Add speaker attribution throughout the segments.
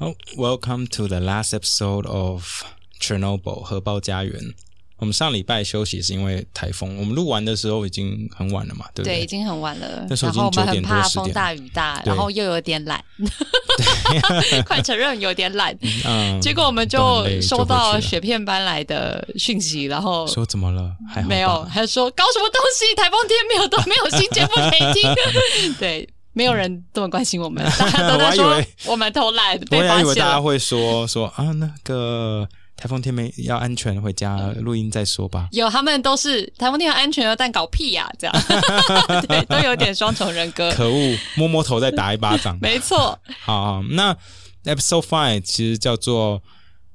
Speaker 1: Oh, welcome to the last episode of Chernobyl 核爆家园。我们上礼拜休息是因为台风，我们录完的时候已经很晚了嘛，对不
Speaker 2: 对，
Speaker 1: 对？
Speaker 2: 已经很晚了。
Speaker 1: 那时候已
Speaker 2: 然
Speaker 1: 经
Speaker 2: 后我们
Speaker 1: 9
Speaker 2: 很
Speaker 1: 点多
Speaker 2: 怕
Speaker 1: 10
Speaker 2: 风
Speaker 1: 点
Speaker 2: 大雨大，
Speaker 1: 对
Speaker 2: 然后又有点 懒，快承认有点懒。
Speaker 1: 嗯，
Speaker 2: 结果我们
Speaker 1: 都很累
Speaker 2: 就
Speaker 1: 就
Speaker 2: 收
Speaker 1: 回
Speaker 2: 到
Speaker 1: 去了
Speaker 2: 雪片班来的讯息，然后
Speaker 1: 说怎么了？还好吧
Speaker 2: 没有，他说搞什么东西，台风天没有都没有新节目可以 听。对，没有人这么关心我们，大家都
Speaker 1: 我
Speaker 2: 在
Speaker 1: 还以
Speaker 2: 说
Speaker 1: 为
Speaker 2: 我们偷懒
Speaker 1: 我
Speaker 2: 被
Speaker 1: 也
Speaker 2: 发
Speaker 1: 以为
Speaker 2: 现
Speaker 1: 大家
Speaker 2: 了。
Speaker 1: 会说说啊，那个台风天没要安全回家录音再说吧。
Speaker 2: 有，他们都是台风天很安全哦，但搞屁呀、 这样对，都有点双重人格。
Speaker 1: 可恶，摸摸头再打一巴掌。
Speaker 2: 没错，
Speaker 1: 好，好那 Episode Five 其实叫做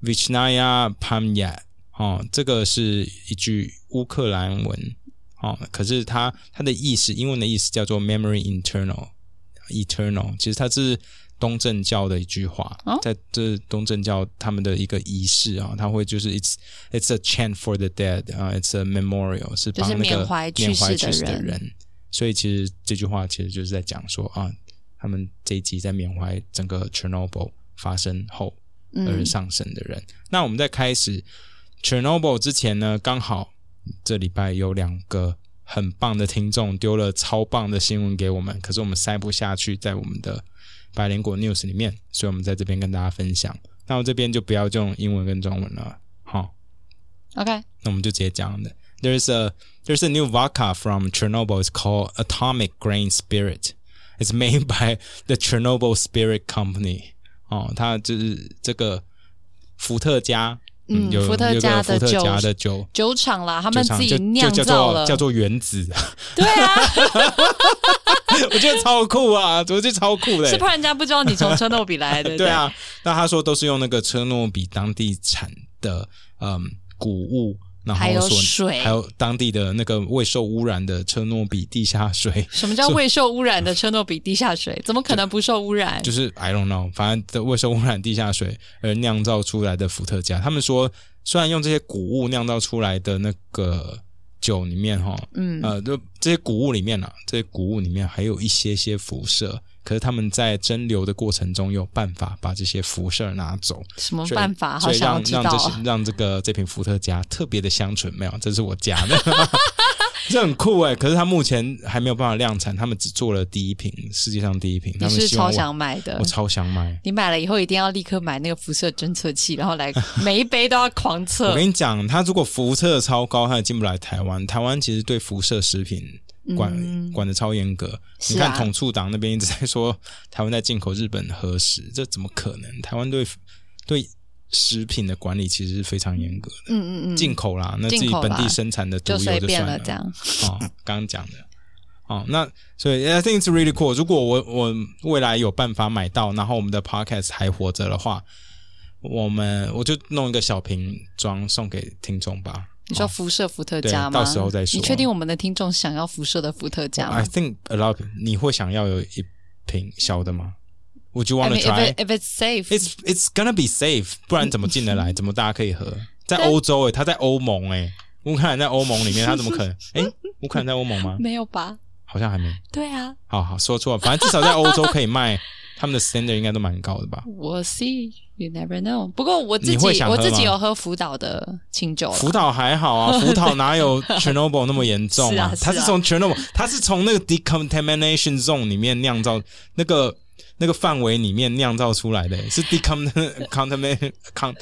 Speaker 1: Vichnaya Pamya，哦，这个是一句乌克兰文，哦，可是它它的意思，英文的意思叫做 Memory Internal Eternal，其实它是东正教的一句话，
Speaker 2: 哦
Speaker 1: 在这东正教他们的一个仪式啊，他会就是 It's It's a chant for the dead 啊、i t s a memorial 是帮
Speaker 2: 就是
Speaker 1: 那个
Speaker 2: 缅怀去
Speaker 1: 缅
Speaker 2: 世的
Speaker 1: 怀去世的
Speaker 2: 人
Speaker 1: 人，所以其实这句话其实就是在讲说啊，他们这一集在缅怀整个 Chernobyl 发生后而
Speaker 2: 嗯，
Speaker 1: 上升的人。那我们在开始 Chernobyl 之前呢，刚好这礼拜有两个很棒的听众丢了超棒的新闻给我们，可是我们塞不下去在我们的百灵果 News 里面，所以我们在这边跟大家分享。那我这边就不要用英文跟中文了，好、
Speaker 2: OK，
Speaker 1: 那我们就直接讲的。There's a there's a new vodka from Chernobyl. It's called Atomic Grain Spirit. It's made by the Chernobyl Spirit Company. 哦，它就是这个伏特加，
Speaker 2: 嗯
Speaker 1: 有
Speaker 2: 伏特
Speaker 1: 有个
Speaker 2: 加的
Speaker 1: 伏特
Speaker 2: 酒
Speaker 1: 加的酒，
Speaker 2: 酒厂啦，他
Speaker 1: 酒
Speaker 2: 们
Speaker 1: 厂
Speaker 2: 自己
Speaker 1: 就
Speaker 2: 酿
Speaker 1: 就叫
Speaker 2: 造
Speaker 1: 做
Speaker 2: 了，
Speaker 1: 叫做原子，
Speaker 2: 对啊，
Speaker 1: 我觉得超酷啊，我觉得超酷的、
Speaker 2: 是怕人家不知道你从车诺比来 的，
Speaker 1: 对，啊，那他说都是用那个车诺比当地产的嗯谷物，然后
Speaker 2: 还有
Speaker 1: 所
Speaker 2: 水
Speaker 1: 还有当地的那个未受污染的车诺比地下 水，
Speaker 2: 什么叫未受污染的车诺比地下水？怎么可能不受污染？
Speaker 1: 就是 I don't know，反正的未受污染地下水而酿造出来的伏特加。他们说，虽然用这些谷物酿造出来的那个酒里面哈，
Speaker 2: 嗯
Speaker 1: 呃，就这些谷物里面啊，这些谷物里面还有一些些辐射，可是他们在蒸馏的过程中有办法把这些辐射拿走。
Speaker 2: 什么
Speaker 1: 所以
Speaker 2: 办法？好
Speaker 1: 所以
Speaker 2: 想要
Speaker 1: 让
Speaker 2: 知
Speaker 1: 让
Speaker 2: 道
Speaker 1: 这
Speaker 2: 啊
Speaker 1: 些让这个这瓶伏特加特别的香醇，没有， 这是我加的，这很酷哎。可是它目前还没有办法量产，他们只做了第一瓶，世界上第一瓶。他
Speaker 2: 你
Speaker 1: 们
Speaker 2: 是
Speaker 1: 希望
Speaker 2: 超
Speaker 1: 我
Speaker 2: 想买的
Speaker 1: 我，超想买。
Speaker 2: 你买了以后一定要立刻买那个辐射侦测器，然后来每一杯都要狂
Speaker 1: 我
Speaker 2: 测。
Speaker 1: 跟你讲，它如果辐射超高，它也进不来台湾。台湾其实对辐射食品管、管的超严格。
Speaker 2: 嗯是
Speaker 1: 你看
Speaker 2: 啊
Speaker 1: 统促党那边一直在说台湾在进口日本核食，这怎么可能？台湾对对食品的管理其实是非常严格的。
Speaker 2: 嗯嗯嗯，
Speaker 1: 进口啦，那自
Speaker 2: 进
Speaker 1: 己
Speaker 2: 口
Speaker 1: 本地
Speaker 2: 啦
Speaker 1: 生产的毒
Speaker 2: 就
Speaker 1: 油
Speaker 2: 随
Speaker 1: 算
Speaker 2: 便
Speaker 1: 了。
Speaker 2: 这样。
Speaker 1: 哦，刚刚讲的。哦，那所以 I think it's really cool。如果我我未来有办法买到，然后我们的 podcast 还活着的话，我们我就弄一个小瓶装送给听众吧。
Speaker 2: 你说辐射伏特
Speaker 1: 对
Speaker 2: 加吗？
Speaker 1: 到时候再说
Speaker 2: 你确定我们的听众想要辐射的伏特加
Speaker 1: I
Speaker 2: 吗
Speaker 1: think a lot of- 你会想要有一瓶小的吗？Would you want
Speaker 2: ？I
Speaker 1: to
Speaker 2: mean, if
Speaker 1: try?
Speaker 2: it, if it's safe,
Speaker 1: It's it's gonna be safe，不然怎么进得来？怎么大家可以 喝？在欧洲欸诶、他在欧盟诶、乌克兰在欧盟里面，他怎么可能？诶、乌克兰在欧盟吗？
Speaker 2: 没有吧？
Speaker 1: 好像还没。
Speaker 2: 对啊，
Speaker 1: 好好说错了，反正至少在欧洲可以卖，他们的 standard 应该都蛮高的吧？
Speaker 2: 我 see you never know。不过我自
Speaker 1: 你会
Speaker 2: 己
Speaker 1: 想
Speaker 2: 我
Speaker 1: 喝
Speaker 2: 自己
Speaker 1: 吗
Speaker 2: 有喝福岛的清酒啦，
Speaker 1: 福岛还好 啊，福岛哪有 Chernobyl 那么严重
Speaker 2: 是啊
Speaker 1: 啊？
Speaker 2: 是啊
Speaker 1: 它是从 Chernobyl，它是从那个 decontamination zone 里面酿造那个那个范围里面酿造出来的、是 decontamination con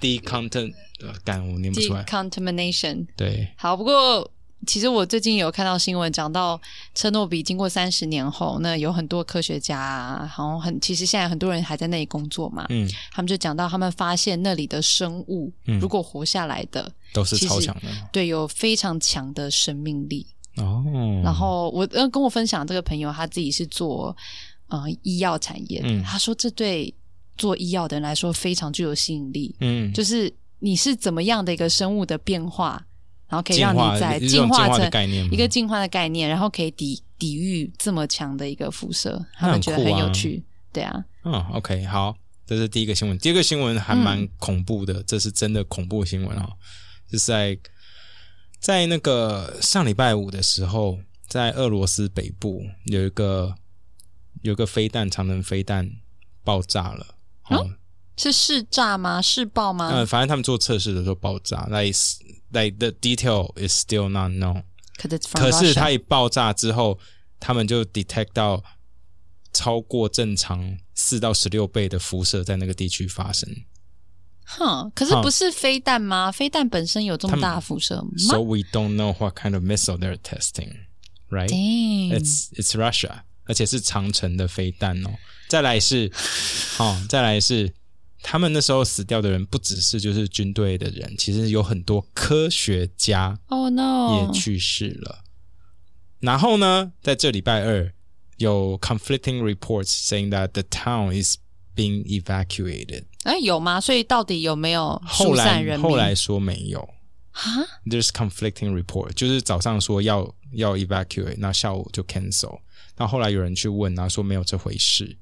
Speaker 1: decont 呃，干我念不出来。
Speaker 2: decontamination。
Speaker 1: 对，
Speaker 2: 好，不过其实我最近有看到新闻，讲到车诺比经过三十年后，那有很多科学家、啊，然后很其实现在很多人还在那里工作嘛，
Speaker 1: 嗯，
Speaker 2: 他们就讲到他们发现那里的生物，
Speaker 1: 嗯
Speaker 2: 如果活下来的，
Speaker 1: 都是
Speaker 2: 其实
Speaker 1: 超强的
Speaker 2: 对，有非常强的生命力。
Speaker 1: 哦。
Speaker 2: 然后我呃跟我分享这个朋友，他自己是做呃医药产业的，
Speaker 1: 嗯
Speaker 2: 他说这对做医药的人来说非常具有吸引力，
Speaker 1: 嗯，
Speaker 2: 就是你是怎么样的一个生物的变化，然后可以
Speaker 1: 进
Speaker 2: 让
Speaker 1: 化
Speaker 2: 你在
Speaker 1: 这种进
Speaker 2: 化
Speaker 1: 化的
Speaker 2: 成
Speaker 1: 概念嗯吗，
Speaker 2: 一个进化的概念，然后可以抵抵御这么强的一个辐射，
Speaker 1: 那
Speaker 2: 他们
Speaker 1: 很
Speaker 2: 觉得
Speaker 1: 酷
Speaker 2: 很
Speaker 1: 啊
Speaker 2: 有趣。对啊，
Speaker 1: 嗯，OK，好，这是第一个新闻。第二个新闻还蛮恐怖的，这是真的恐怖新闻哦，就是在在那个上礼拜五的时候，在俄罗斯北部有一个有一个飞弹，长城飞弹爆炸了。哦，
Speaker 2: 是试炸吗？试爆吗？
Speaker 1: 嗯、反正他们做测试的时候爆炸，like s- like the detail is still not known。
Speaker 2: 可是
Speaker 1: 可是它一爆炸之后，他们就 detect 到超过正常四到十六倍的辐射在那个地区发生。
Speaker 2: 哼，可是
Speaker 1: 哼
Speaker 2: 不是飞弹吗？飞弹本身有这么
Speaker 1: 他们
Speaker 2: 大的辐射吗
Speaker 1: So we don't know what kind of missile they're testing, right?
Speaker 2: Dang，
Speaker 1: It's it's Russia，而且是长城的飞弹哦。再来是，哦，再来是，他们那时候死掉的人不只是就是军队的人，其实有很多科学家
Speaker 2: 哦
Speaker 1: 也
Speaker 2: no，
Speaker 1: 去世了。然后呢，在这礼拜二有 conflicting reports saying that the town is being evacuated。
Speaker 2: 哎有吗？所以到底有没有
Speaker 1: 后
Speaker 2: 疏散
Speaker 1: 来
Speaker 2: 人民？
Speaker 1: 后来说没有。
Speaker 2: 啊，
Speaker 1: there's conflicting report，就是早上说要要 evacuate，那下午就 cancel。那后来有人去问，然后说没有这回事。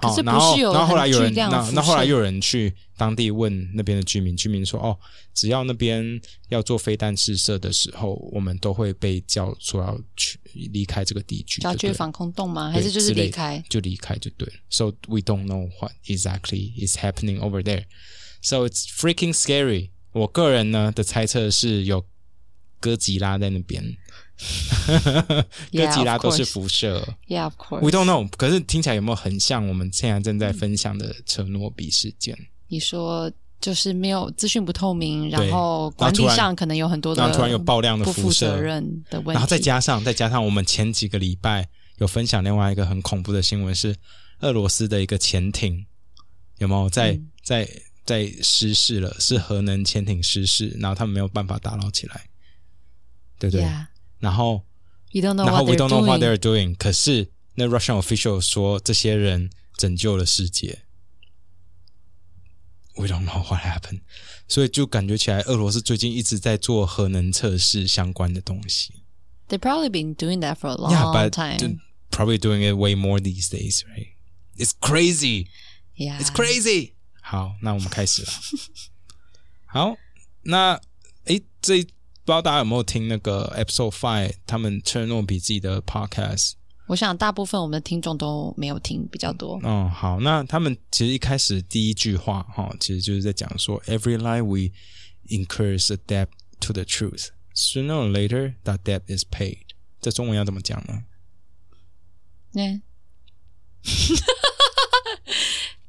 Speaker 2: 可
Speaker 1: 好
Speaker 2: 是，不
Speaker 1: 然后
Speaker 2: 是有
Speaker 1: 然后后来有
Speaker 2: 很
Speaker 1: 人，
Speaker 2: 巨量的
Speaker 1: 那
Speaker 2: 辐
Speaker 1: 那后来
Speaker 2: 射
Speaker 1: 有人去当地问那边的居民，居民说哦，只要那边要做飞弹试射的时候，我们都会被叫说要去离开这个地区，
Speaker 2: 就要
Speaker 1: 对
Speaker 2: 去
Speaker 1: 不对
Speaker 2: 防空洞
Speaker 1: 对
Speaker 2: 吗？还是就是
Speaker 1: 之类
Speaker 2: 离开？
Speaker 1: 就离开就对了。So we don't know what exactly is happening over there. So it's freaking scary. 我个人呢的猜测是有哥吉拉在那边， 哥
Speaker 2: Yeah,
Speaker 1: 吉拉
Speaker 2: of
Speaker 1: 都是
Speaker 2: course.
Speaker 1: 辐射。
Speaker 2: Yeah, of course。
Speaker 1: We don't know，可是听起来有没有很像我们现在正在分享的车诺比事件？
Speaker 2: 你说就是没有资讯不透明，
Speaker 1: 对
Speaker 2: 然后管
Speaker 1: 然后突
Speaker 2: 理
Speaker 1: 然
Speaker 2: 上可能有很多
Speaker 1: 然
Speaker 2: 的
Speaker 1: 后突然有爆量的
Speaker 2: 不
Speaker 1: 辐
Speaker 2: 负
Speaker 1: 射
Speaker 2: 责任的问题，
Speaker 1: 然后再加上再加上我们前几个礼拜有分享另外一个很恐怖的新闻是，俄罗斯的一个潜艇有没有在、
Speaker 2: 嗯
Speaker 1: 在在失事了？是核能潜艇失事，然后他们没有办法打捞起来，对不对
Speaker 2: Yeah,
Speaker 1: 然后
Speaker 2: you don't know
Speaker 1: 然后
Speaker 2: what
Speaker 1: we
Speaker 2: they're
Speaker 1: don't know what
Speaker 2: doing.
Speaker 1: they're doing，可是那 Russian official 说这些人拯救了世界。We don't know what happened，所以就感觉起来俄罗斯最近一直在做核能测试相关的东西。
Speaker 2: They probably been doing that for a long
Speaker 1: yeah, but d-
Speaker 2: time.
Speaker 1: probably doing it way more these days, right? It's crazy,
Speaker 2: Yeah,
Speaker 1: it's crazy. 好，那我们开始了。 好，那诶，这不知道大家有没有听那个 Episode Five 他们车诺比自己的 podcast？
Speaker 2: 我想大部分我们的听众都没有听比较多。
Speaker 1: 嗯，好，那他们其实一开始第一句话哈、其实就是在讲说，Every lie we incur is a debt to the truth. Sooner or later, that debt is paid. 这中文要怎么讲呢？
Speaker 2: 嗯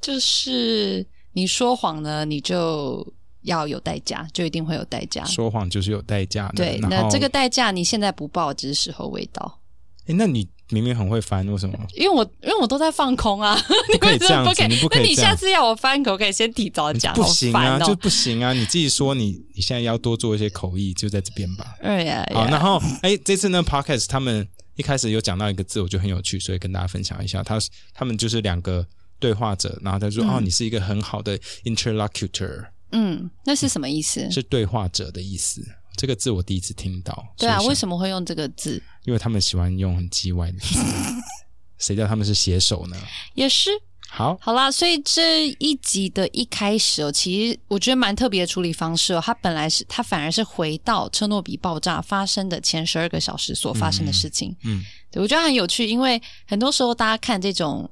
Speaker 2: 就是你说谎呢，你就要有代价，就一定会有代价。
Speaker 1: 说谎就是有代价的。
Speaker 2: 对，
Speaker 1: 然
Speaker 2: 那
Speaker 1: 后
Speaker 2: 这个代价你现在不报，只是时候未到。
Speaker 1: 诶，那你明明很会翻，为什 么？
Speaker 2: 因为我因为我都在放空啊，
Speaker 1: 不 可以这样
Speaker 2: 不
Speaker 1: 子，
Speaker 2: 可
Speaker 1: 你不可
Speaker 2: 那
Speaker 1: 以
Speaker 2: 你
Speaker 1: 这
Speaker 2: 下
Speaker 1: 样。
Speaker 2: 次要我翻，可不可以先提早讲？
Speaker 1: 不行啊，
Speaker 2: 好烦哦
Speaker 1: 就不行啊！你自己说你你现在要多做一些口译，就在这边吧。
Speaker 2: 哎呀，
Speaker 1: 好，
Speaker 2: 呀
Speaker 1: 然后哎，这次呢，podcast 他们一开始有讲到一个字，我觉得很有趣，所以跟大家分享一下。他他们就是两个对话者，然后他说：“哦，你是一个很好的 interlocutor，
Speaker 2: 嗯，那是什么意思？
Speaker 1: 是对话者的意思。”这个字我第一次听到。
Speaker 2: 对啊，
Speaker 1: 所以想
Speaker 2: 为什么会用这个字？
Speaker 1: 因为他们喜欢用很叽歪的 字，谁叫他们是写手呢？
Speaker 2: 也是
Speaker 1: 好，
Speaker 2: 好啦，所以这一集的一开始哦，其实我觉得蛮特别的处理方式哦。它本来是它反而是回到车诺比爆炸发生的前十二个小时所发生的事情。
Speaker 1: 嗯
Speaker 2: 对我觉得很有趣，因为很多时候大家看这种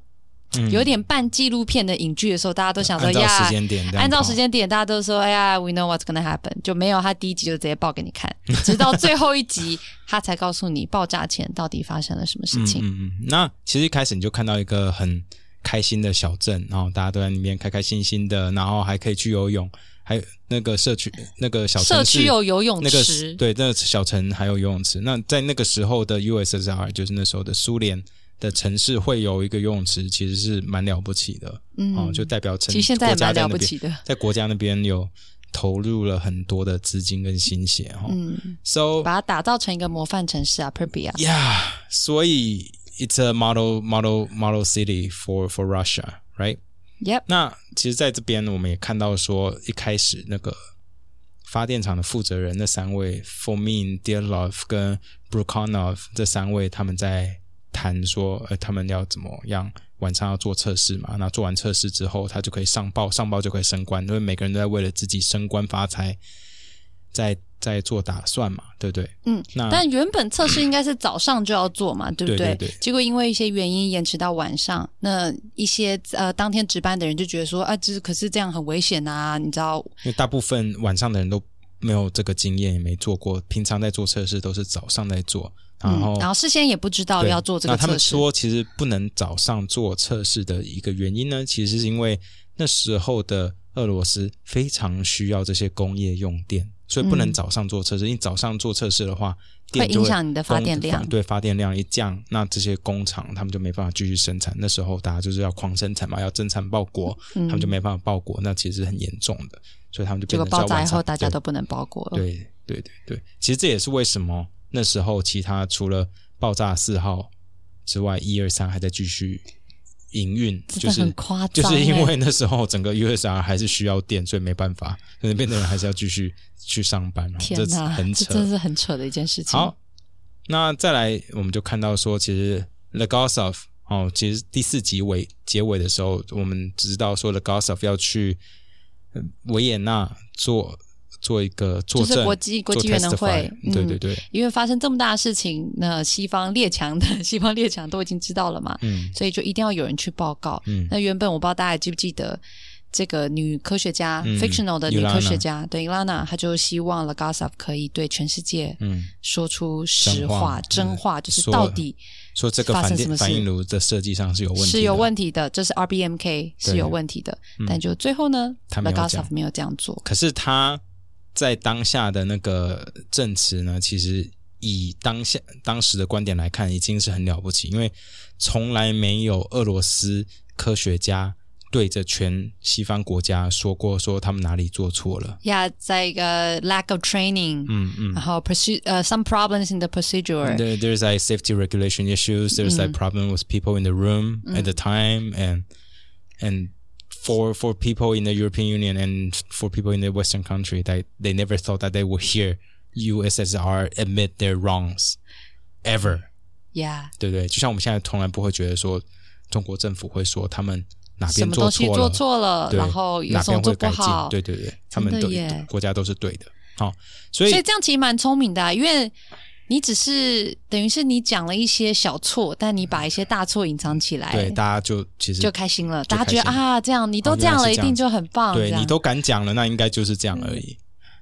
Speaker 1: 嗯
Speaker 2: 有点半纪录片的影剧的时候，大家都想说
Speaker 1: 按照
Speaker 2: 呀
Speaker 1: 时，间点这样跑，
Speaker 2: 按照时间点，大家都说哎呀，we know what's gonna happen，就没有他第一集就直接报给你看，直到最后一集他才告诉你爆炸前到底发生了什么事情。
Speaker 1: 嗯嗯嗯。那其实一开始你就看到一个很开心的小镇，然后大家都在里面开开心心的，然后还可以去游泳，还有那个社区那个小城
Speaker 2: 社
Speaker 1: 市
Speaker 2: 区有游泳
Speaker 1: 那个
Speaker 2: 池，
Speaker 1: 对，那个小城还有游泳池。那在那个时候的 USSR，就是那时候的苏联的城市会有一个游泳池，其实是蛮了不起的，
Speaker 2: 嗯，
Speaker 1: 哦，就代表城
Speaker 2: 其实现在也
Speaker 1: 国家
Speaker 2: 蛮
Speaker 1: 在
Speaker 2: 了
Speaker 1: 那
Speaker 2: 不
Speaker 1: 边
Speaker 2: 起的，
Speaker 1: 在国家那边有投入了很多的资金跟心血哈、哦
Speaker 2: 嗯，
Speaker 1: So
Speaker 2: 把它打造成一个模范城市啊
Speaker 1: 嗯
Speaker 2: p e r b i a
Speaker 1: Yeah，所以 it's a model model model city for for Russia, right？
Speaker 2: Yep，
Speaker 1: 那其实在这边我们也看到说，一开始那个发电厂的负责人那三位 Fomin、Dialov 跟 Brukanov 这三位他们在谈说，呃，他们要怎么样晚上要做测试嘛？那做完测试之后，他就可以上报，上报就可以升官，因为每个人都在为了自己升官发财，在在做打算嘛，对不对？
Speaker 2: 嗯，
Speaker 1: 那
Speaker 2: 但原本测试应该是早上就要做嘛，对不
Speaker 1: 对对对
Speaker 2: 结果因为一些原因延迟到晚上，那一些呃当天值班的人就觉得说啊，这可是这样很危险啊，你知道？
Speaker 1: 因为大部分晚上的人都没有这个经验，也没做过，平常在做测试都是早上在做，然后、
Speaker 2: 嗯，然后事先也不知道
Speaker 1: 对
Speaker 2: 要做这个
Speaker 1: 那他
Speaker 2: 测
Speaker 1: 们
Speaker 2: 试，
Speaker 1: 说，其实不能早上做测试的一个原因呢，其实是因为那时候的俄罗斯非常需要这些工业用电，所以不能
Speaker 2: 嗯
Speaker 1: 早上做测试。因为早上做测试的话，电就
Speaker 2: 影响你的发
Speaker 1: 供
Speaker 2: 电量
Speaker 1: 对，发电量一降，那这些工厂他们就没办法继续生产。那时候大家就是要狂生产嘛，要增产报国，
Speaker 2: 嗯
Speaker 1: 他们就没办法报国，那其实是很严重的。所以他们就
Speaker 2: 结
Speaker 1: 变成
Speaker 2: 果
Speaker 1: 是要
Speaker 2: 爆炸
Speaker 1: 晚
Speaker 2: 以
Speaker 1: 上
Speaker 2: 后大家
Speaker 1: 对
Speaker 2: 都不能包裹了。
Speaker 1: 对对对对，其实这也是为什么那时候其他除了爆炸四号之外，一二三还在继续营运，
Speaker 2: 真
Speaker 1: 就
Speaker 2: 的很
Speaker 1: 是
Speaker 2: 夸张、欸，
Speaker 1: 就是因为那时候整个 USR 还是需要电，所以没办法，所以那边的人还是要继续去上班，然后
Speaker 2: 天
Speaker 1: 这
Speaker 2: 哪，
Speaker 1: 很
Speaker 2: 这
Speaker 1: 扯。
Speaker 2: 真是很扯的一件事情。
Speaker 1: 好，那再来我们就看到说，其实 Legosov 哦，其实第四集尾结尾的时候，我们知道说 Legosov 要去呃维也纳做做一个作
Speaker 2: 就是
Speaker 1: 证，
Speaker 2: 国际国
Speaker 1: 做
Speaker 2: 际员能
Speaker 1: testify
Speaker 2: 会
Speaker 1: 对
Speaker 2: 嗯
Speaker 1: 对对，
Speaker 2: 因为发生这么大的事情，那西方列强的 西方列强都已经知道了嘛，
Speaker 1: 嗯
Speaker 2: 所以就一定要有人去报告。
Speaker 1: 嗯
Speaker 2: 那原本我不知道大家还记不记得。这个女科学家、
Speaker 1: 嗯
Speaker 2: f i c t i o n a l 的女科
Speaker 1: Ilana
Speaker 2: 学家，对 Ilana，她就希望 Lagasov 可以对全世界
Speaker 1: 嗯，
Speaker 2: 说出实话、
Speaker 1: 真话
Speaker 2: 真话，就是
Speaker 1: 说
Speaker 2: 到底
Speaker 1: 说这个
Speaker 2: 发
Speaker 1: 反
Speaker 2: 生什
Speaker 1: 电
Speaker 2: 么事
Speaker 1: 反应炉的设计上是有问题的，嗯
Speaker 2: 是有问题的，这是 RBMK 是有问题的，但就最后呢
Speaker 1: 他没有讲
Speaker 2: ，Lagasov 没有这样做。
Speaker 1: 可是他在当下的那个证词呢，其实以当下当时的观点来看，已经是很了不起，因为从来没有俄罗斯科学家对着全西方国家说过说他们哪里做错了。
Speaker 2: Yeah，在一个 lack of training，、
Speaker 1: 嗯嗯。
Speaker 2: 然后 pursue 呃、some problems in the procedure，、
Speaker 1: There, there's like safety regulation issues. There's
Speaker 2: Mm.
Speaker 1: like problem with people in the room at the time, and and for for people in the European Union and for people in the Western country, that they never thought that they would hear USSR admit their wrongs ever，
Speaker 2: Yeah，
Speaker 1: 对不对？就像我们现在从来不会觉得说中国政府会说他们哪
Speaker 2: 什
Speaker 1: 边
Speaker 2: 么东西
Speaker 1: 错
Speaker 2: 做
Speaker 1: 了，
Speaker 2: 错了，
Speaker 1: 对
Speaker 2: 然后有
Speaker 1: 哪
Speaker 2: 什么
Speaker 1: 边
Speaker 2: 做
Speaker 1: 会
Speaker 2: 不
Speaker 1: 改进
Speaker 2: 好，，
Speaker 1: 对对对，他们
Speaker 2: 真的
Speaker 1: 都
Speaker 2: 耶
Speaker 1: 国家都是对的。好，所以
Speaker 2: 所以这样其实蛮聪明的啊、因为你只是等于是你讲了一些小错，但你把一些大错隐藏起来，
Speaker 1: 对大家就其实
Speaker 2: 就开心了，
Speaker 1: 就
Speaker 2: 大家觉得
Speaker 1: 开心
Speaker 2: 啊，这样你
Speaker 1: 哦
Speaker 2: 都这样
Speaker 1: 原来
Speaker 2: 了，
Speaker 1: 是
Speaker 2: 一
Speaker 1: 这样
Speaker 2: 定就很棒，
Speaker 1: 对
Speaker 2: 哦这样嗯
Speaker 1: 你都敢讲了，那应该就是这样而已。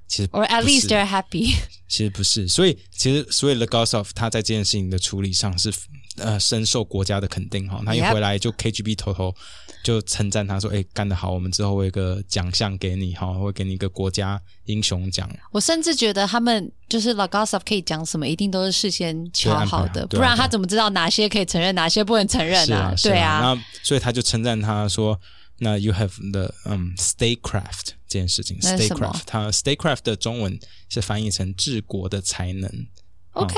Speaker 1: 其实
Speaker 2: or at
Speaker 1: 不是
Speaker 2: least they're happy，
Speaker 1: 其实不是，所以其实所以 Legosov 他在这件事情的处理上是呃深受国家的肯定哈，他一
Speaker 2: Yep
Speaker 1: 回来就 KGB 头头就称赞他说：“哎、干得好，我们之后会有一个奖项给你哈，会给你一个国家英雄奖。
Speaker 2: 我甚至觉得他们就是 Lagosov 可以讲什么，一定都是事先
Speaker 1: 对
Speaker 2: 瞧
Speaker 1: 安排
Speaker 2: 好
Speaker 1: 好
Speaker 2: 的，
Speaker 1: 对啊
Speaker 2: 不然
Speaker 1: 对
Speaker 2: 他
Speaker 1: 啊
Speaker 2: 怎么知道哪些可以承认，哪些不能承认
Speaker 1: 是啊，是
Speaker 2: 对
Speaker 1: 啊，那所以他就称赞他说：“那 you have the 嗯、statecraft 这件事情
Speaker 2: 那是什么
Speaker 1: ，statecraft 它 statecraft 的中文是翻译成治国的才能
Speaker 2: OK，、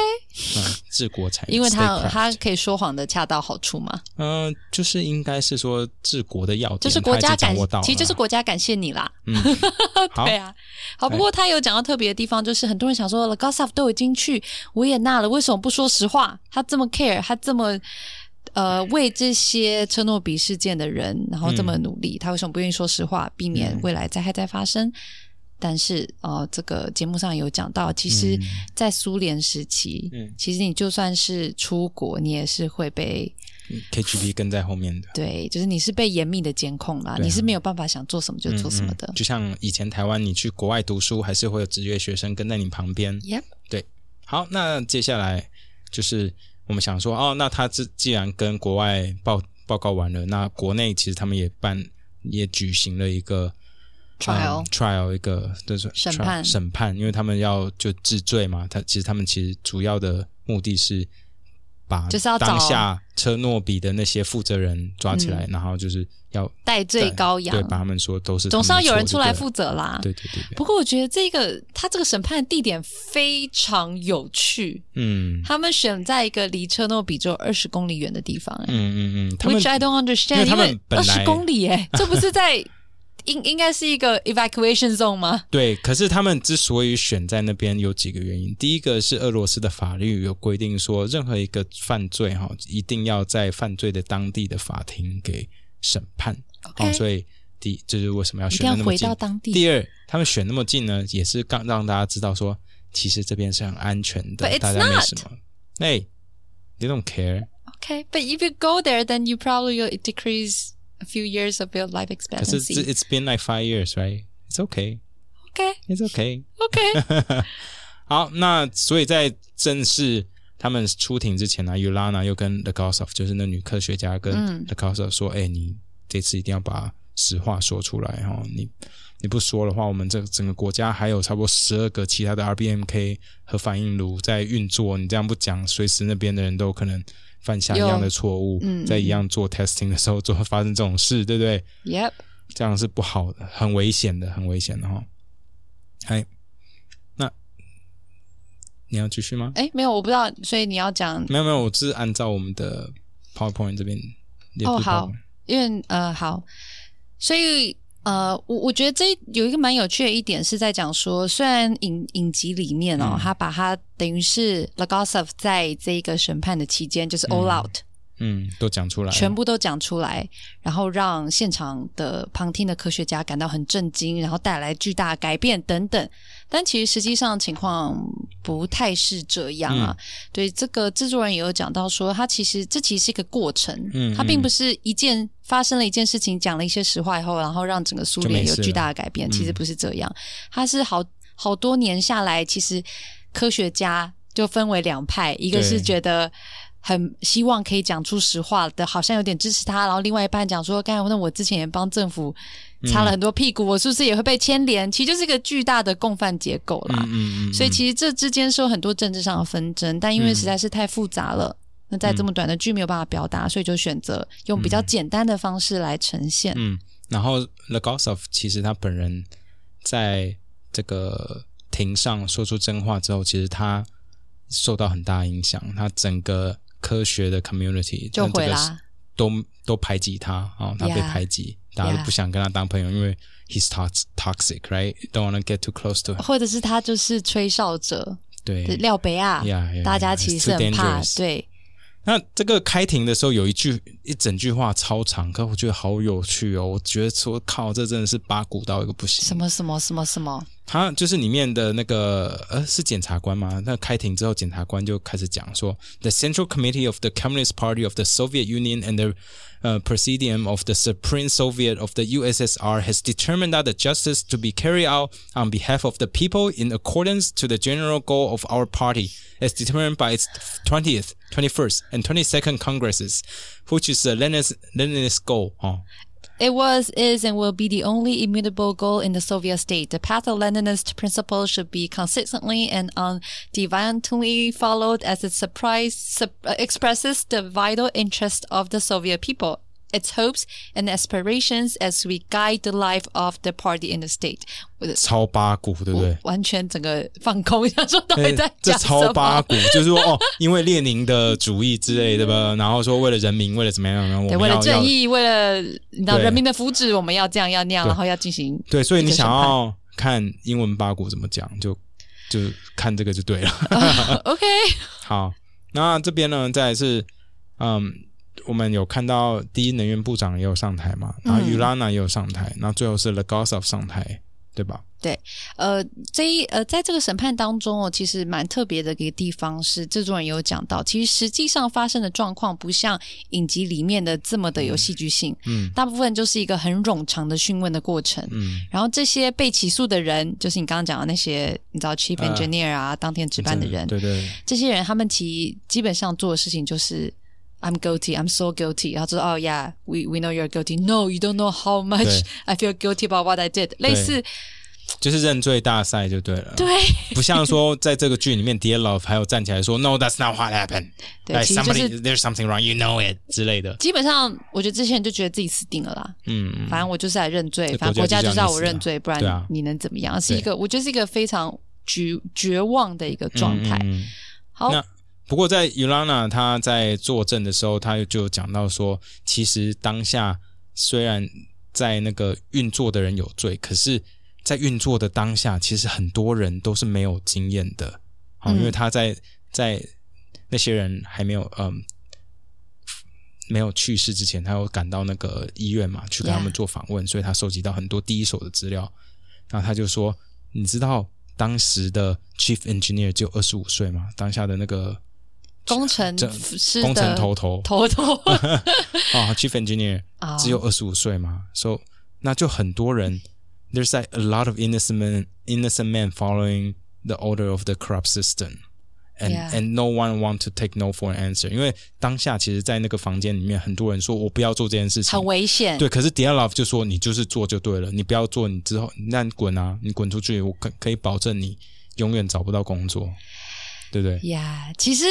Speaker 1: 嗯，治国才能，
Speaker 2: 因为他
Speaker 1: statecraft
Speaker 2: 他可以说谎的恰到好处嘛，
Speaker 1: 嗯、就是应该是说治国的要点，
Speaker 2: 就是国家
Speaker 1: 他已经
Speaker 2: 感
Speaker 1: 掌握到，了，
Speaker 2: 其实就是国家感谢你啦。
Speaker 1: 好
Speaker 2: 对啊，好，不过他有讲到特别的地方，就是很多人想说 l a g o s a v 都已经去维也纳了，为什么不说实话？他这么 care，他这么呃为这些车诺比事件的人，然后这么努
Speaker 1: 嗯
Speaker 2: 力，他为什么不愿意说实话，避免未来灾害再发生？但是，呃，这个节目上有讲到，其实，在苏联时期，
Speaker 1: 嗯
Speaker 2: 其实你就算是出国，你也是会被
Speaker 1: KGB 跟在后面的，
Speaker 2: 对，就是你是被严密的监控啦，
Speaker 1: 对啊
Speaker 2: 你是没有办法想做什么就做什么的
Speaker 1: 嗯。就像以前台湾你去国外读书，还是会有职业学生跟在你旁边。
Speaker 2: Yep
Speaker 1: 对，好，那接下来就是我们想说，哦，那他这既然跟国外报报告完了，那国内其实他们也办也举行了一个。
Speaker 2: Trial
Speaker 1: 嗯 trial 一个就是
Speaker 2: 审
Speaker 1: trial-
Speaker 2: 判
Speaker 1: 审判，因为他们要就治罪嘛。他其实他们其实主要的目的是把
Speaker 2: 就是要找
Speaker 1: 当下车诺比的那些负责人抓起
Speaker 2: 嗯
Speaker 1: 来，然后就是要
Speaker 2: 戴罪羔羊
Speaker 1: 对，把他们说都是
Speaker 2: 总是要有人
Speaker 1: 他
Speaker 2: 出
Speaker 1: 们
Speaker 2: 来
Speaker 1: 的错
Speaker 2: 负责啊啦。
Speaker 1: 对，对对对对，
Speaker 2: 不过我觉得这个他这个审判的地点非常有趣，
Speaker 1: 嗯
Speaker 2: 他们选在一个离车诺比只有二十公里远的地方、哎、
Speaker 1: 嗯嗯嗯，他
Speaker 2: w h
Speaker 1: 们
Speaker 2: i c h I don't understand，
Speaker 1: 因为他们本
Speaker 2: 二
Speaker 1: 来
Speaker 2: 十公里哎、 这不是在应应该是一个 evacuation zone 吗？
Speaker 1: 对，可是他们之所以选在那边有几个原因，第一个是俄罗斯的法律有规定说，任何一个犯罪哈，一定要在犯罪的当地的法庭给审判
Speaker 2: OK
Speaker 1: 哦，所以第这、就是为什么要
Speaker 2: 一
Speaker 1: 啊选
Speaker 2: 定要
Speaker 1: 的那么
Speaker 2: 回
Speaker 1: 近
Speaker 2: 到。当地。
Speaker 1: 第二，他们选那么近呢，也是刚让大家知道说，其实这边是很安全的
Speaker 2: But it's
Speaker 1: 大家没什么。哎、t h e y don't care。
Speaker 2: Okay, but if you go there, then you probably will decrease a few years of your life
Speaker 1: 可是这
Speaker 2: expectancy.
Speaker 1: it's been like five years, right? It's okay,
Speaker 2: Okay,
Speaker 1: it's okay.
Speaker 2: okay.
Speaker 1: 好，那所以在正式他们出庭之前呢、尤拉娜又跟 The g o s o f 就是那女科学家跟 The g o s o f 说：“哎、你这次一定要把实话说出来哦，你你不说的话，我们这整个国家还有差不多十二个其他的 RBMK 核反应炉在运作，你这样不讲，随时那边的人都有可能犯下一样的错误，
Speaker 2: 嗯
Speaker 1: 在一样做 testing 的时候做发生这种事，对不对？
Speaker 2: yep.
Speaker 1: 这样是不好的，很危险的，很危险的哈。哎，那你要继续吗？
Speaker 2: 哎，没有，我不知道，所以你要讲，
Speaker 1: 没有没有，我只是按照我们的 PowerPoint 这边。也不
Speaker 2: 哦
Speaker 1: 是
Speaker 2: 好
Speaker 1: PowerPoint
Speaker 2: 因为呃，好，所以呃，我我觉得这有一个蛮有趣的一点是在讲说，虽然影影集里面哦，他把他等于是 l a g o s o v 在这个审判的期间，就是 all out，、
Speaker 1: 嗯，都讲出来了，
Speaker 2: 全部都讲出来，然后让现场的旁听的科学家感到很震惊，然后带来巨大的改变等等。但其实实际上情况不太是这样啊。对，这个制作人也有讲到说，他其实这其实是一个过程，
Speaker 1: 嗯
Speaker 2: 他并不是一件发生了一件事情，讲了一些实话以后，然后让整个苏联
Speaker 1: 就没
Speaker 2: 有
Speaker 1: 事了
Speaker 2: 巨大的改变，其实不是这样。他是好好多年下来，其实科学家就分为两派，一个
Speaker 1: 对
Speaker 2: 是觉得很希望可以讲出实话的，好像有点支持他，然后另外一半讲说，刚才那我之前也帮政府擦了
Speaker 1: 嗯
Speaker 2: 很多屁股，我是不是也会被牵连？其实就是一个巨大的共犯结构啦。
Speaker 1: 嗯嗯嗯，
Speaker 2: 所以
Speaker 1: 嗯
Speaker 2: 其实这之间是有很多政治上的纷争，但因为实在是太复杂了，那在这么短的剧没有办法表达，所以就选择用比较简单的方式来呈现。
Speaker 1: 嗯，然后 l e g o s o v 其实他本人在这个庭上说出真话之后，其实他受到很大影响，他整个科学的 community
Speaker 2: 就
Speaker 1: 那这
Speaker 2: 回
Speaker 1: 个
Speaker 2: 啦，
Speaker 1: 都都排挤他啊、哦，他被
Speaker 2: Yeah.
Speaker 1: 排挤大家都
Speaker 2: Yeah.
Speaker 1: 不想跟他当朋友，因为 he's tox- toxic, right? Don't want to get too close to him.
Speaker 2: 或者是他就是吹哨者，
Speaker 1: 对
Speaker 2: 廖北亚，
Speaker 1: ，Yeah，, yeah
Speaker 2: 大家其
Speaker 1: 哎 it's
Speaker 2: 实
Speaker 1: too
Speaker 2: 很怕
Speaker 1: dangerous，
Speaker 2: 对，
Speaker 1: 那这个开庭的时候有一句一整句话超长，可我觉得好有趣哦，我觉得说靠，这真的是八股到一个不行。
Speaker 2: 什么什么什么什么，
Speaker 1: 他就是里面的那个呃，是检察官吗？那开庭之后，检察官就开始讲说，The Central Committee of the Communist Party of the Soviet Union and the 呃 Presidium of the Supreme Soviet of the USSR has determined that the justice to be carried out on behalf of the people in accordance to the general goal of our party as determined by its 20th, 21st, and 22nd Congresses, which is the Leninist, Leninist goal. 哦
Speaker 2: It was, is, and will be the only immutable goal in the Soviet state. The path of Leninist principles should be consistently and undeviantly followed as it surprise, sup- uh, expresses the vital interest of the Soviet people, its hopes and aspirations as we guide the life of the party in the state. 我的
Speaker 1: 超八股，对不对？
Speaker 2: 完全整个放空，想说到底在
Speaker 1: 这
Speaker 2: 讲什
Speaker 1: 超八
Speaker 2: 么？
Speaker 1: 股，就是说哦，因为列宁的主义之类的吧，然后说为了人民，为了怎么样，然后我
Speaker 2: 对，
Speaker 1: 们
Speaker 2: 为了
Speaker 1: 要
Speaker 2: 正
Speaker 1: 要
Speaker 2: 义，为了你知道
Speaker 1: 对
Speaker 2: 人民的福祉，我们要这样要那样，然后要进行
Speaker 1: 对，所以
Speaker 2: 一个
Speaker 1: 你想
Speaker 2: 审判
Speaker 1: 要看英文八股怎么讲，就就看这个就对了。
Speaker 2: OK，
Speaker 1: 好，那这边呢，再来是嗯，我们有看到第一能源部长也有上台嘛，
Speaker 2: 嗯
Speaker 1: 然后 Ulana 也有上台，然后最后是 Legosov 上台，对吧？
Speaker 2: 呃，这一呃，在这个审判当中哦，其实蛮特别的一个地方是，制作人有讲到，其实实际上发生的状况不像影集里面的这么的有戏剧性，
Speaker 1: 嗯
Speaker 2: 大部分就是一个很冗长的讯问的过程。
Speaker 1: 嗯，
Speaker 2: 然后这些被起诉的人，就是你刚刚讲的那些，你知道 chief
Speaker 1: 啊
Speaker 2: engineer 啊，当天值班的人，
Speaker 1: 嗯对对，
Speaker 2: 这些人他们其基本上做的事情就是。I'm guilty. I'm so guilty. 然后就说，哦、y e a h we we know you're guilty. No, you don't know how much
Speaker 1: 对
Speaker 2: I feel guilty about what I did. 类似，
Speaker 1: 就是认罪大赛就对了。
Speaker 2: 对，
Speaker 1: 不像说在这个剧里面 d i a l o v 还有站起来说 “No, that's not what happened”，
Speaker 2: 对
Speaker 1: Like,
Speaker 2: 其实就是
Speaker 1: somebody there's something wrong, you know it 之类的。
Speaker 2: 基本上，我觉得这些人就觉得自己死定了啦。
Speaker 1: 嗯，
Speaker 2: 反正我就是来认罪，
Speaker 1: 这
Speaker 2: 反正
Speaker 1: 国
Speaker 2: 国
Speaker 1: 家
Speaker 2: 家
Speaker 1: 就
Speaker 2: 就
Speaker 1: 这样意
Speaker 2: 是要我
Speaker 1: 思啊
Speaker 2: 认罪，不
Speaker 1: 对啊
Speaker 2: 然你能怎么样？是一个，我觉得是一个非常绝绝望的一个状态。
Speaker 1: 嗯嗯嗯
Speaker 2: 好，
Speaker 1: 那不过在 Ulana 她在作证的时候，她就有讲到说，其实当下虽然在那个运作的人有罪，可是，在运作的当下，其实很多人都是没有经验的，好、
Speaker 2: 嗯
Speaker 1: 因为他在在那些人还没有嗯。没有去世之前，他有赶到那个医院嘛，去跟他们
Speaker 2: Yeah
Speaker 1: 做访问所以他收集到很多第一手的资料。然后他就说：“你知道当时的 chief engineer 只有二十五岁嘛，当下的那个
Speaker 2: 工程
Speaker 1: 这
Speaker 2: 师
Speaker 1: 工程
Speaker 2: 的
Speaker 1: 头头
Speaker 2: 头头
Speaker 1: 啊、c h i e f engineer
Speaker 2: 啊
Speaker 1: 只有二十五岁嘛，so 那就很多人，there's like a lot of innocent men, innocent men following the order of the corrupt system。And
Speaker 2: Yeah.
Speaker 1: and no one want to take no for an answer，因为当下其实，在那个房间里面，很多人说我不要做这件事情，
Speaker 2: 很危险，
Speaker 1: 对，可是 Dialov 就说你就是做就对了，你不要做，你之后那你滚啊，你滚出去，我可可以保证你永远找不到工作，对不对？
Speaker 2: 呀其实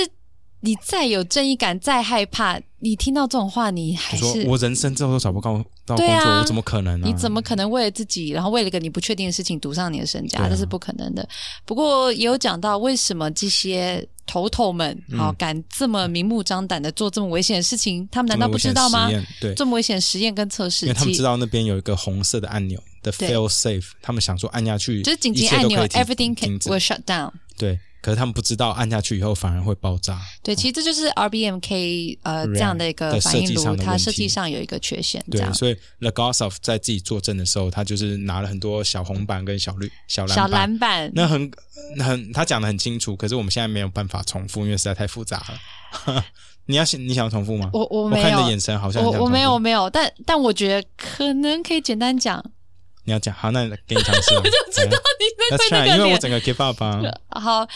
Speaker 2: 你再有正义感，再害怕，你听到这种话，你还
Speaker 1: 你说
Speaker 2: 是
Speaker 1: 我人生之后都找不到到工
Speaker 2: 对
Speaker 1: 作，
Speaker 2: 啊
Speaker 1: 我怎么可能呢、
Speaker 2: 你怎么可能为了自己，然后为了一个你不确定的事情赌上你的身家？
Speaker 1: 对啊
Speaker 2: 这是不可能的。不过也有讲到为什么这些头头们好、
Speaker 1: 嗯
Speaker 2: 敢这么明目张胆的做这么危险的事情，他们难道不知道
Speaker 1: 这
Speaker 2: 吗
Speaker 1: 么危险的？实验对，
Speaker 2: 这么危险的实验跟测试，
Speaker 1: 因为他们
Speaker 2: 其
Speaker 1: 知道那边有一个红色的按钮的
Speaker 2: 对
Speaker 1: fail safe，他们想说按下去，
Speaker 2: 就是紧
Speaker 1: 一
Speaker 2: 急
Speaker 1: 切
Speaker 2: 按
Speaker 1: 都
Speaker 2: 钮
Speaker 1: 可以停
Speaker 2: ，everything can
Speaker 1: 停止
Speaker 2: will shut down。
Speaker 1: 对，可是他们不知道按下去以后反而会爆炸。
Speaker 2: 对，其实这就是 RBMK 呃
Speaker 1: Right，
Speaker 2: 这样的一个
Speaker 1: 的嗯
Speaker 2: 反
Speaker 1: 设
Speaker 2: 应
Speaker 1: 计上
Speaker 2: 炉，
Speaker 1: 的
Speaker 2: 它
Speaker 1: 问
Speaker 2: 设计
Speaker 1: 题
Speaker 2: 上有一个缺陷，这
Speaker 1: 对，
Speaker 2: 样。
Speaker 1: 所以 Legosov 在自己作证的时候，他就是拿了很多小红板跟小绿小蓝
Speaker 2: 小
Speaker 1: 板
Speaker 2: 篮板，
Speaker 1: 那很很，他讲的很清楚，可是我们现在没有办法重复，因为实在太复杂了。 你要你想要重复吗？
Speaker 2: 我我
Speaker 1: 我
Speaker 2: 没
Speaker 1: 看你的
Speaker 2: 有
Speaker 1: 眼，神好像很想
Speaker 2: 我我
Speaker 1: 重
Speaker 2: 没有啊
Speaker 1: 复
Speaker 2: 我。没有，但但我觉得可能可以简单讲，
Speaker 1: 你要讲啊哎好，那给你尝试。 我就知道
Speaker 2: 在
Speaker 1: That's
Speaker 2: 那
Speaker 1: right，
Speaker 2: 个
Speaker 1: 因为我
Speaker 2: 脸
Speaker 1: 整个 give up 啊。
Speaker 2: 好。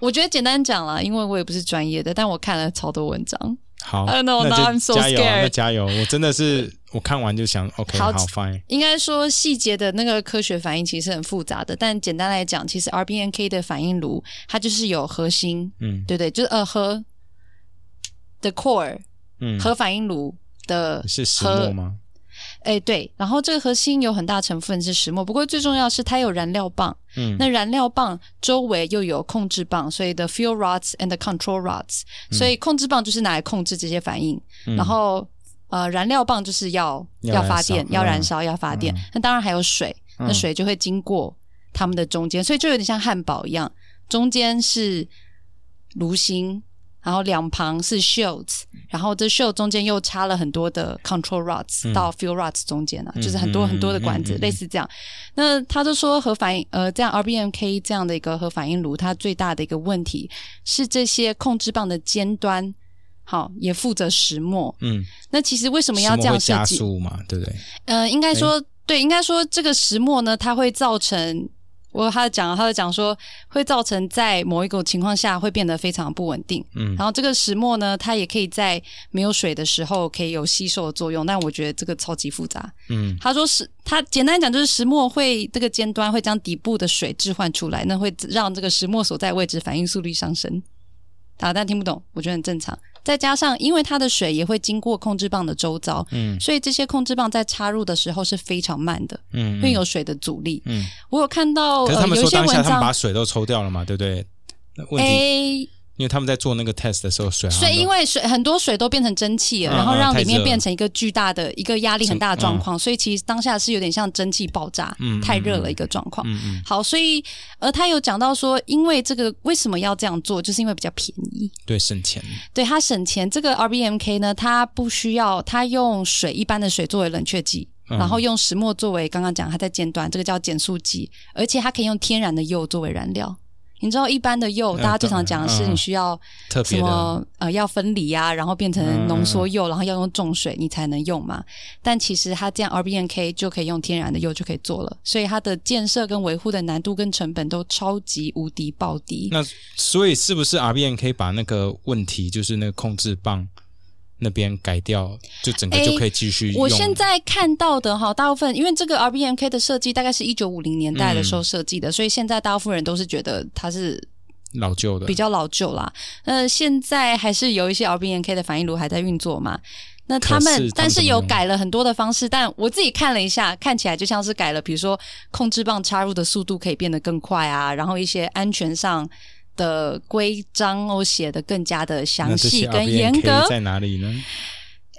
Speaker 2: 我觉得简单讲啦，因为我也不是专业的，但我看了超多文章。
Speaker 1: 好，
Speaker 2: I know,
Speaker 1: 那就
Speaker 2: now I'm so
Speaker 1: 加油啊，
Speaker 2: scared
Speaker 1: 那加油！我真的是我看完就想，OK，
Speaker 2: 好
Speaker 1: 好，fine。
Speaker 2: 应该说细节的那个科学反应其实很复杂的，但简单来讲，其实 RBNK 的反应炉它就是有核心，
Speaker 1: 嗯
Speaker 2: 对不对？就是呃核的 core
Speaker 1: 嗯，
Speaker 2: 核反应炉的
Speaker 1: 是石
Speaker 2: 核
Speaker 1: 墨吗？
Speaker 2: 哎，对，然后这个核心有很大成分是石墨，不过最重要是它有燃料棒，
Speaker 1: 嗯
Speaker 2: 那燃料棒周围又有控制棒，所以 the fuel rods and the control rods，所以控制棒就是拿来控制这些反应，
Speaker 1: 嗯
Speaker 2: 然后呃燃料棒就是要
Speaker 1: 要
Speaker 2: 要
Speaker 1: 燃
Speaker 2: 发
Speaker 1: 烧
Speaker 2: 电、要燃
Speaker 1: 嗯
Speaker 2: 烧、要发电，那当然还有水，那
Speaker 1: 嗯
Speaker 2: 水就会经过它们的中间，所以就有点像汉堡一样，中间是炉心，然后两旁是 shields，
Speaker 1: 嗯
Speaker 2: 然后这 shield 中间又插了很多的 control rods
Speaker 1: 嗯
Speaker 2: 到 fuel rods 中间啊，
Speaker 1: 嗯
Speaker 2: 就是很多
Speaker 1: 嗯
Speaker 2: 很多的管
Speaker 1: 嗯
Speaker 2: 子，
Speaker 1: 嗯嗯
Speaker 2: 类似这样。那他就说核反应，呃，这样 RBMK 这样的一个核反应炉，它最大的一个问题是这些控制棒的尖端，好也负责石墨。
Speaker 1: 嗯，
Speaker 2: 那其实为什
Speaker 1: 我
Speaker 2: 么要这样设
Speaker 1: 加
Speaker 2: 计？
Speaker 1: 速嘛，对不对？
Speaker 2: 呃，应该说、对，应该说这个石墨呢，它会造成我他讲，他有讲说会造成在某一个情况下会变得非常不稳定。
Speaker 1: 嗯
Speaker 2: 然后这个石墨呢，它也可以在没有水的时候可以有吸收的作用，但我觉得这个超级复杂。
Speaker 1: 嗯
Speaker 2: 他说石，他简单讲就是石墨会这个尖端会将底部的水置换出来，那会让这个石墨所在位置反应速率上升。啊，但听不懂，我觉得很正常。再加上，因为它的水也会经过控制棒的周遭，
Speaker 1: 嗯
Speaker 2: 所以这些控制棒在插入的时候是非常慢的，
Speaker 1: 嗯，
Speaker 2: 因为有水的阻力。
Speaker 1: 嗯，
Speaker 2: 我有看到，
Speaker 1: 可是
Speaker 2: 呃
Speaker 1: 他，们
Speaker 2: 有一
Speaker 1: 说
Speaker 2: 些
Speaker 1: 当下
Speaker 2: 文
Speaker 1: 他们把
Speaker 2: 章，
Speaker 1: 水都抽掉了嘛，对不对？那问题
Speaker 2: 诶，
Speaker 1: 因为他们在做那个 test 的时候，水好像
Speaker 2: 所以
Speaker 1: 都
Speaker 2: 因为水很多水都变成蒸汽了，
Speaker 1: 嗯
Speaker 2: 然后
Speaker 1: 嗯
Speaker 2: 让
Speaker 1: 太
Speaker 2: 里面
Speaker 1: 热
Speaker 2: 变
Speaker 1: 了
Speaker 2: 成一个巨大的一个压力很大的状况，所以其实当下是有点像蒸汽爆炸，
Speaker 1: 嗯
Speaker 2: 太热了一个状况。
Speaker 1: 嗯嗯，
Speaker 2: 好，所以呃，他有讲到说，因为这个为什么要这样做，就是因为比较便宜，
Speaker 1: 对，省钱，
Speaker 2: 对它省钱。这个 RBMK 呢，它不需要，它用水一般的水作为冷却剂，
Speaker 1: 嗯
Speaker 2: 然后用石墨作为刚刚讲它在尖端，这个叫减速剂，而且它可以用天然的铀作为燃料。你知道一般的铀，
Speaker 1: 嗯
Speaker 2: 大家最常讲的是
Speaker 1: 嗯
Speaker 2: 你需要
Speaker 1: 特
Speaker 2: 什
Speaker 1: 别的，
Speaker 2: 么呃要分离啊，然后变成浓缩铀，然后要用重水你才能用嘛。但其实它这样 RBNK 就可以用天然的铀就可以做了，所以它的建设跟维护的难度跟成本都超级无敌暴低。
Speaker 1: 那所以是不是 RBNK 把那个问题，就是那个控制棒那边改掉，就整个
Speaker 2: 哎
Speaker 1: 就可以继续用？
Speaker 2: 我现在看到的哈，大部分因为这个 RBNK 的设计大概是一九五零年代的时候设计的，所以现在大部分人都是觉得它是
Speaker 1: 老旧的
Speaker 2: 比较老旧啦。呃，现在还是有一些 RBNK 的反应炉还在运作嘛。那他们
Speaker 1: 可是他们
Speaker 2: 但是有
Speaker 1: 怎么用
Speaker 2: 改了很多的方式，但我自己看了一下，看起来就像是改了，比如说控制棒插入的速度可以变得更快啊，然后一些安全上的规章哦写的更加的详
Speaker 1: 那这
Speaker 2: 细
Speaker 1: 些
Speaker 2: 跟严格
Speaker 1: RBNK。在哪里呢？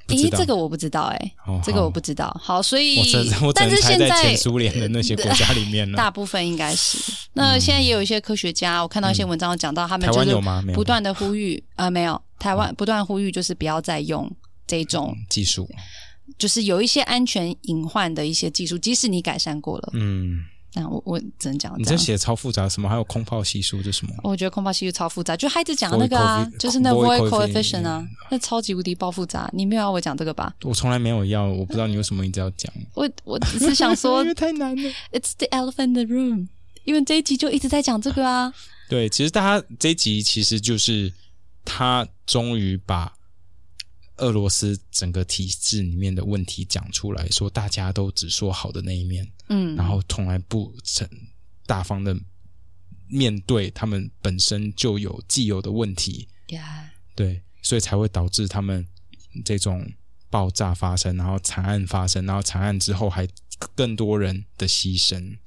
Speaker 1: 不知
Speaker 2: 咦，
Speaker 1: 道
Speaker 2: 这个我不知道哎、
Speaker 1: 哦
Speaker 2: 这个我
Speaker 1: 好
Speaker 2: 不知道。好，所
Speaker 1: 哦
Speaker 2: 以
Speaker 1: 我只我只
Speaker 2: 但
Speaker 1: 能
Speaker 2: 是
Speaker 1: 猜
Speaker 2: 现
Speaker 1: 在
Speaker 2: 在
Speaker 1: 前苏联的那 些国家里面
Speaker 2: 大
Speaker 1: 了。
Speaker 2: 部分应该是。那现在也有一些科学家，我看到一些文章有讲到，他
Speaker 1: 嗯
Speaker 2: 们
Speaker 1: 台
Speaker 2: 就
Speaker 1: 湾
Speaker 2: 是
Speaker 1: 有吗？哦没有
Speaker 2: 不断的呼吁，呃，没有，台湾不断呼吁就是不要再用这种，
Speaker 1: 技术，
Speaker 2: 就是有一些安全隐患的一些技术，即使你改善过了，
Speaker 1: 嗯，
Speaker 2: 那我我只能讲
Speaker 1: 你
Speaker 2: 这
Speaker 1: 这
Speaker 2: 样。
Speaker 1: 写超复杂，什么还有空泡系数这什么？
Speaker 2: 我觉得空泡系数超复杂，就他一直讲那个啊
Speaker 1: Void coefficient-
Speaker 2: 就是那 void
Speaker 1: void
Speaker 2: coefficient 啊，
Speaker 1: 嗯
Speaker 2: 那超级无敌爆复杂。你没有要我讲这个吧？
Speaker 1: 我从来没有要，我不知道你为什么一直要讲。
Speaker 2: 我我只是想 说
Speaker 1: 因为太难了。
Speaker 2: ，it's the elephant in the room，因为这一集就一直在讲这个啊。
Speaker 1: 对，其实大家这一集其实就是他终于把俄罗斯整个体制里面的问题讲出来，说大家都只说好的那一面，
Speaker 2: 嗯，
Speaker 1: 然后从来不曾大方的面对他们本身就有既有的问题，
Speaker 2: 呀，
Speaker 1: 对，所以才会导致他们这种爆炸发生，然后惨案发生，然后惨案之后还更多人的牺牲，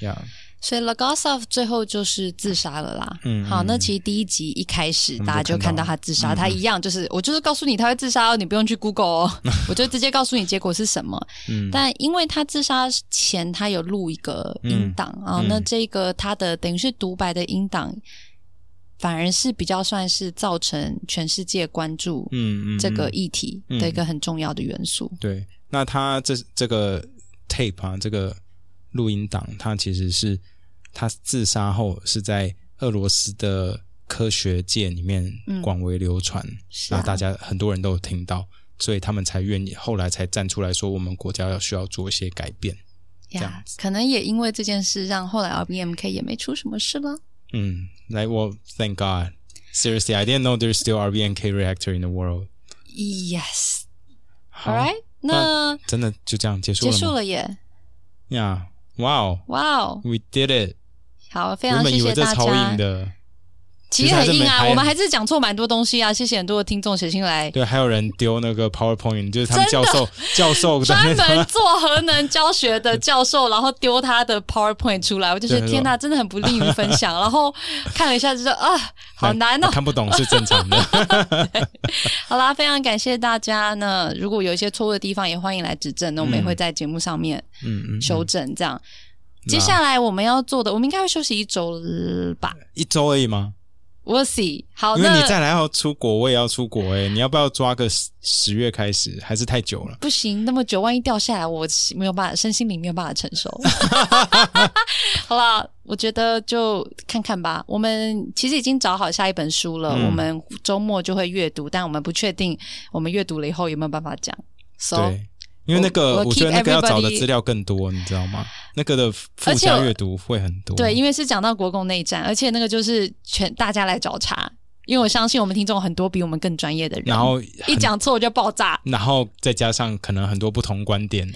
Speaker 1: 呀、
Speaker 2: 所以 Lagosov 最后就是自杀了啦。
Speaker 1: 嗯
Speaker 2: 好，
Speaker 1: 嗯
Speaker 2: 那其实第一集一开始
Speaker 1: 我们
Speaker 2: 大家
Speaker 1: 就
Speaker 2: 就看
Speaker 1: 看到嗯
Speaker 2: 到他自杀，他一样就是我就是告诉你他会自杀哦，你不用去 Google 哦，我就直接告诉你结果是什么。
Speaker 1: 嗯
Speaker 2: 但因为他自杀前他有录一个音档啊、
Speaker 1: 嗯
Speaker 2: 那这个他的等于是独白的音档，反而是比较算是造成全世界关注
Speaker 1: 嗯嗯，
Speaker 2: 这个
Speaker 1: 嗯
Speaker 2: 议题的一个很重要的元素。
Speaker 1: 对，那他这这个 tape 啊，这个录音档，它其实是他自杀后是在俄罗斯的科学界里面
Speaker 2: 嗯
Speaker 1: 广为流传，
Speaker 2: 是
Speaker 1: 那、
Speaker 2: 啊，
Speaker 1: 大家很多人都有听到，所以他们才愿意，后来才站出来说，我们国家要需要做一些改变。这样
Speaker 2: 呀，可能也因为这件事，让后来 RBMK 也没出什么事了。
Speaker 1: 嗯，来，我 thank God。Seriously, I didn't know there's still RBNK reactor in the world.
Speaker 2: Yes，all
Speaker 1: 好
Speaker 2: right，那
Speaker 1: 真的就这样结束
Speaker 2: 结
Speaker 1: 了吗？
Speaker 2: 束了耶！
Speaker 1: 呀、wow,
Speaker 2: 哇哦，
Speaker 1: we did it！
Speaker 2: 好，非
Speaker 1: 原
Speaker 2: 常
Speaker 1: 本
Speaker 2: 谢
Speaker 1: 以为
Speaker 2: 谢
Speaker 1: 这
Speaker 2: 大
Speaker 1: 超硬
Speaker 2: 家。
Speaker 1: 的，
Speaker 2: 其
Speaker 1: 其
Speaker 2: 实
Speaker 1: 实还是
Speaker 2: 很硬啊，
Speaker 1: 没
Speaker 2: 我们还是讲错蛮多东西啊。谢谢很多的听众写 信来
Speaker 1: 对，还有人丢那个 PowerPoint，就是他们教授教授在
Speaker 2: 专
Speaker 1: 那
Speaker 2: 门 做核能教学的教授，然后丢他的 PowerPoint 出来，我就觉得
Speaker 1: 对
Speaker 2: 天哪，真的很不利于分 享。然后看了一下就说啊，好难哦。
Speaker 1: 看不懂是正常 的。
Speaker 2: 好啦，非常感谢大家呢。如果有一些错误的地方，也欢迎来指正，那我们
Speaker 1: 嗯
Speaker 2: 也会在节目上面
Speaker 1: 嗯啊嗯，
Speaker 2: 修正。这样，
Speaker 1: 那
Speaker 2: 接下来我们要做的，我们应该会休息一周呃吧
Speaker 1: 一周而已吗？
Speaker 2: ？We'll see。好，
Speaker 1: 因为
Speaker 2: 那
Speaker 1: 你再来要出国，我也要出国哎、你要不要抓个十十月开始？还是太久了？
Speaker 2: 不行，那么久，万一掉下来，我没有办法，身心灵没有办法承受。 好啦，我觉得就看看吧。我们其实已经找好下一本书了，
Speaker 1: 嗯
Speaker 2: 我们周末就会阅读，但我们不确定我们阅读了以后有没有办法讲。So，
Speaker 1: 对，因为那个
Speaker 2: 我我
Speaker 1: 我觉得那个
Speaker 2: keep
Speaker 1: 要找的
Speaker 2: everybody-
Speaker 1: 资料更多，你知道吗？那个的附
Speaker 2: 而且
Speaker 1: 加
Speaker 2: 我
Speaker 1: 阅读会很多。
Speaker 2: 对，因为是讲到国共内战，而且那个就是全大家来找茬，因为我相信我们听众很多比我们更专业的人，
Speaker 1: 然后
Speaker 2: 一
Speaker 1: 很
Speaker 2: 讲错我就爆炸，
Speaker 1: 然后再加上可能很多不同观点，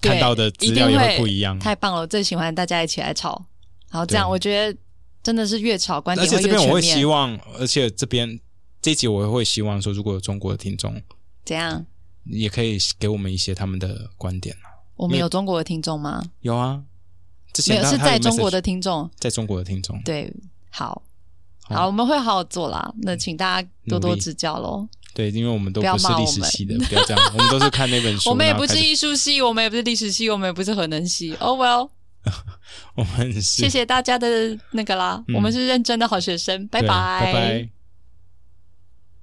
Speaker 2: 对
Speaker 1: 看到的资料
Speaker 2: 一
Speaker 1: 也
Speaker 2: 定
Speaker 1: 会
Speaker 2: 会
Speaker 1: 不一样。
Speaker 2: 太棒了！我最喜欢大家一起来吵，然后这样
Speaker 1: 嗯对
Speaker 2: 我觉得真的是越吵观
Speaker 1: 而
Speaker 2: 点
Speaker 1: 且
Speaker 2: 会
Speaker 1: 这
Speaker 2: 越
Speaker 1: 边我
Speaker 2: 全
Speaker 1: 会希
Speaker 2: 面。
Speaker 1: 望，而且这边这一集我会希望说，如果有中国的听众，
Speaker 2: 怎样？
Speaker 1: 也可以给我们一些他们的观点啊
Speaker 2: 我们有中国的听众吗？
Speaker 1: 有啊，之前
Speaker 2: 没有，
Speaker 1: 他
Speaker 2: 是
Speaker 1: 他
Speaker 2: 在中国
Speaker 1: message-
Speaker 2: 的听众。
Speaker 1: 在中国的听众，
Speaker 2: 对，好，
Speaker 1: 好
Speaker 2: 好，我们会好好做啦。那请大家多
Speaker 1: 努
Speaker 2: 多
Speaker 1: 力
Speaker 2: 指教喽。
Speaker 1: 对，因为我们都
Speaker 2: 不要
Speaker 1: 不是
Speaker 2: 骂
Speaker 1: 历
Speaker 2: 我
Speaker 1: 史
Speaker 2: 们
Speaker 1: 系的，不要这样，我们都是看那本书，
Speaker 2: 我们也
Speaker 1: 然后
Speaker 2: 不是
Speaker 1: 开始
Speaker 2: 艺术系，我们也不是历史系，我们也不是核能系。Oh well，
Speaker 1: 我们是
Speaker 2: 谢谢大家的那个啦，
Speaker 1: 嗯
Speaker 2: 我们是认真的好学生，拜
Speaker 1: 对
Speaker 2: 拜，
Speaker 1: 拜拜。